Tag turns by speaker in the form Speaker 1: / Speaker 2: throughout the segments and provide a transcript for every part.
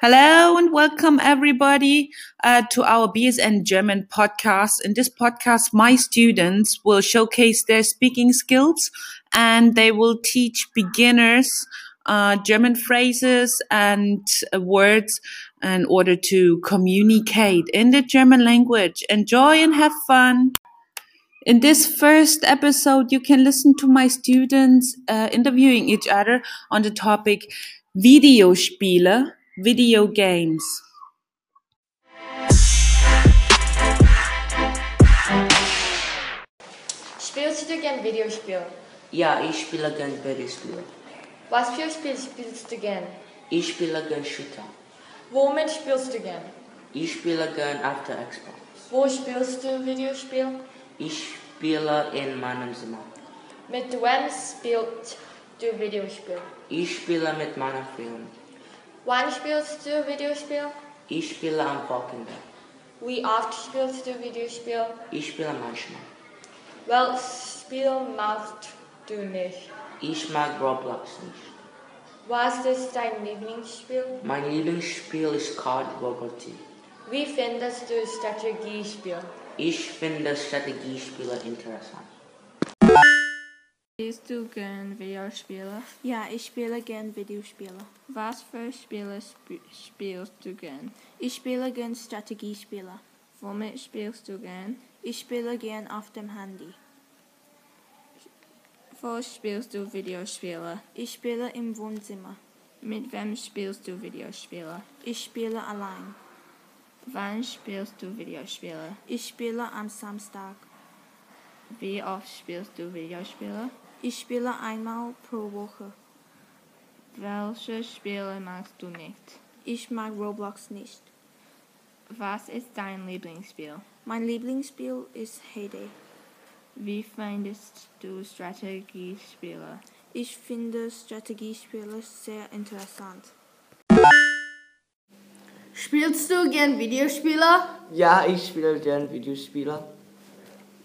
Speaker 1: Hello and welcome everybody uh, to our BSN German podcast. In this podcast, my students will showcase their speaking skills and they will teach beginners uh, German phrases and uh, words in order to communicate in the German language. Enjoy and have fun. In this first episode, you can listen to my students uh, interviewing each other on the topic Videospiele, video games.
Speaker 2: Spielst du gern Videospiel?
Speaker 3: Ja, ich spiele gern Videospiele.
Speaker 2: Was für Spiel spielst du gern?
Speaker 3: Ich spiele gern Shooter.
Speaker 2: Womit spielst du gern?
Speaker 3: Ich spiele gern After Xbox.
Speaker 2: Wo spielst du Videospiel?
Speaker 3: Ich spiele in meinem Zimmer.
Speaker 2: Mit wem spielst du Videospiel?
Speaker 3: Ich spiele mit meinem Film.
Speaker 2: Wann spielst du Videospiel?
Speaker 3: Ich spiele am Wochenende.
Speaker 2: Wie oft spielst du Videospiel?
Speaker 3: Ich spiele manchmal.
Speaker 2: Welches Spiel magst du nicht?
Speaker 3: Ich mag Roblox nicht.
Speaker 2: Was ist dein Lieblingsspiel?
Speaker 3: Mein Lieblingsspiel ist Card Roboty.
Speaker 2: Wie findest du Strategiespiel?
Speaker 3: Ich finde Strategiespiele interessant.
Speaker 4: Spielst du gern Videospiele?
Speaker 5: Ja, ich spiele gern Videospiele.
Speaker 4: Was für Spiele sp spielst du gern?
Speaker 5: Ich spiele gern Strategiespiele.
Speaker 4: Womit spielst du gern?
Speaker 5: Ich spiele gern auf dem Handy.
Speaker 4: Wo spielst du Videospiele?
Speaker 5: Ich spiele im Wohnzimmer.
Speaker 4: Mit wem spielst du Videospiele?
Speaker 5: Ich spiele allein.
Speaker 4: Wann spielst du Videospiele?
Speaker 5: Ich spiele am Samstag.
Speaker 4: Wie oft spielst du Videospiele?
Speaker 5: Ich spiele einmal pro Woche.
Speaker 4: Welche Spiele magst du nicht?
Speaker 5: Ich mag Roblox nicht.
Speaker 4: Was ist dein Lieblingsspiel?
Speaker 5: Mein Lieblingsspiel ist Heyday.
Speaker 4: Wie findest du Strategiespiele?
Speaker 5: Ich finde Strategiespiele sehr interessant.
Speaker 6: Spielst du gern Videospiele?
Speaker 7: Ja, ich spiele gern Videospiele.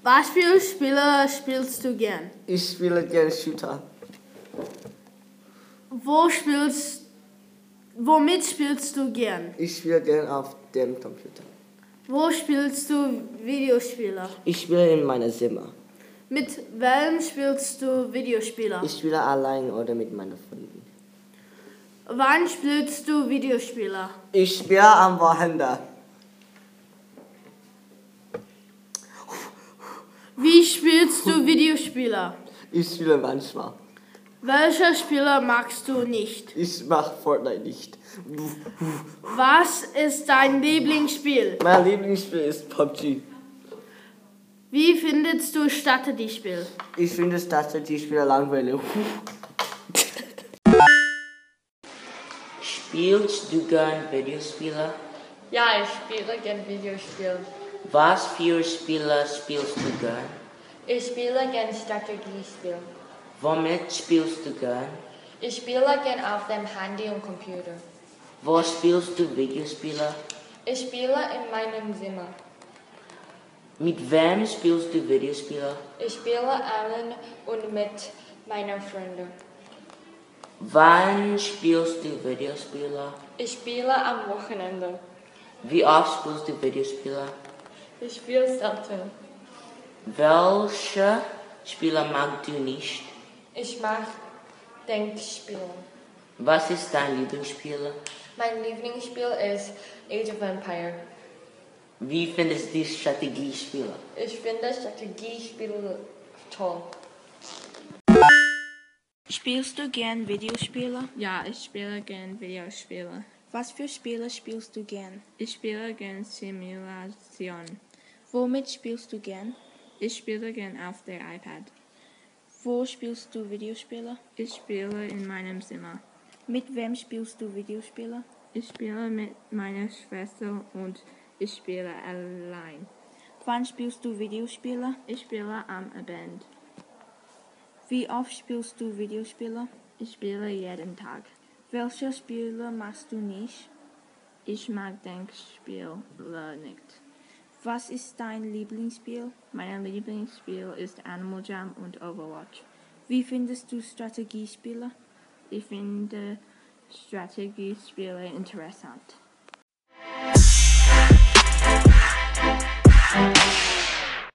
Speaker 6: Was für Spiele spielst du gern?
Speaker 7: Ich spiele gern Shooter.
Speaker 6: Wo spielst Womit spielst du gern?
Speaker 7: Ich spiele gern auf dem Computer.
Speaker 6: Wo spielst du Videospiele?
Speaker 7: Ich spiele in meinem Zimmer.
Speaker 6: Mit wem spielst du Videospiele?
Speaker 7: Ich spiele allein oder mit meinen Freunden.
Speaker 6: Wann spielst du Videospiele?
Speaker 7: Ich spiele am Wochenende.
Speaker 6: Wie spielst du Videospiele?
Speaker 7: Ich spiele manchmal.
Speaker 6: Welche Spiele magst du nicht?
Speaker 7: Ich mache Fortnite nicht.
Speaker 6: Was ist dein Lieblingsspiel?
Speaker 7: Mein Lieblingsspiel ist PUBG.
Speaker 6: Wie findest du Strategiespiel?
Speaker 7: Ich finde Strategiespiele langweilig.
Speaker 3: Spielst du gern Videospiele?
Speaker 2: Ja, ich spiele gern Videospiel.
Speaker 3: Was für Spiele spielst du gern?
Speaker 2: Ich spiele gern Strategiespiel.
Speaker 3: Womit spielst du gern?
Speaker 2: Ich spiele gern auf dem Handy und Computer.
Speaker 3: Wo spielst du Videospiele?
Speaker 2: Ich spiele in meinem Zimmer.
Speaker 3: Mit wem spielst du Videospiele?
Speaker 2: Ich spiele allen und mit meinen Freunden.
Speaker 3: Wann spielst du Videospiele?
Speaker 2: Ich spiele am Wochenende.
Speaker 3: Wie oft spielst du Videospiele?
Speaker 2: Ich spiele selten.
Speaker 3: Welche Spiele magst du nicht?
Speaker 2: Ich mag Denkspiele.
Speaker 3: Was ist dein Lieblingsspiel?
Speaker 2: Mein Lieblingsspiel ist Age of Empire.
Speaker 3: Wie findest du Strategiespiele?
Speaker 2: Ich finde Strategiespiele toll.
Speaker 5: Spielst du gern Videospiele?
Speaker 4: Ja, ich spiele gern Videospiele.
Speaker 5: Was für Spiele spielst du gern?
Speaker 4: Ich spiele gern Simulation.
Speaker 5: Womit spielst du gern?
Speaker 4: Ich spiele gern auf der iPad.
Speaker 5: Wo spielst du Videospiele?
Speaker 4: Ich spiele in meinem Zimmer.
Speaker 5: Mit wem spielst du Videospiele?
Speaker 4: Ich spiele mit meiner Schwester und ich spiele allein.
Speaker 5: Wann spielst du Videospiele?
Speaker 4: Ich spiele am Abend.
Speaker 5: Wie oft spielst du Videospiele?
Speaker 4: Ich spiele jeden Tag.
Speaker 5: Welche Spiele magst du nicht?
Speaker 4: Ich mag Denkspiele nicht.
Speaker 5: Was ist dein Lieblingsspiel?
Speaker 4: Mein Lieblingsspiel ist Animal Jam und Overwatch.
Speaker 5: Wie findest du Strategiespiele?
Speaker 4: Ich finde Strategiespiele interessant.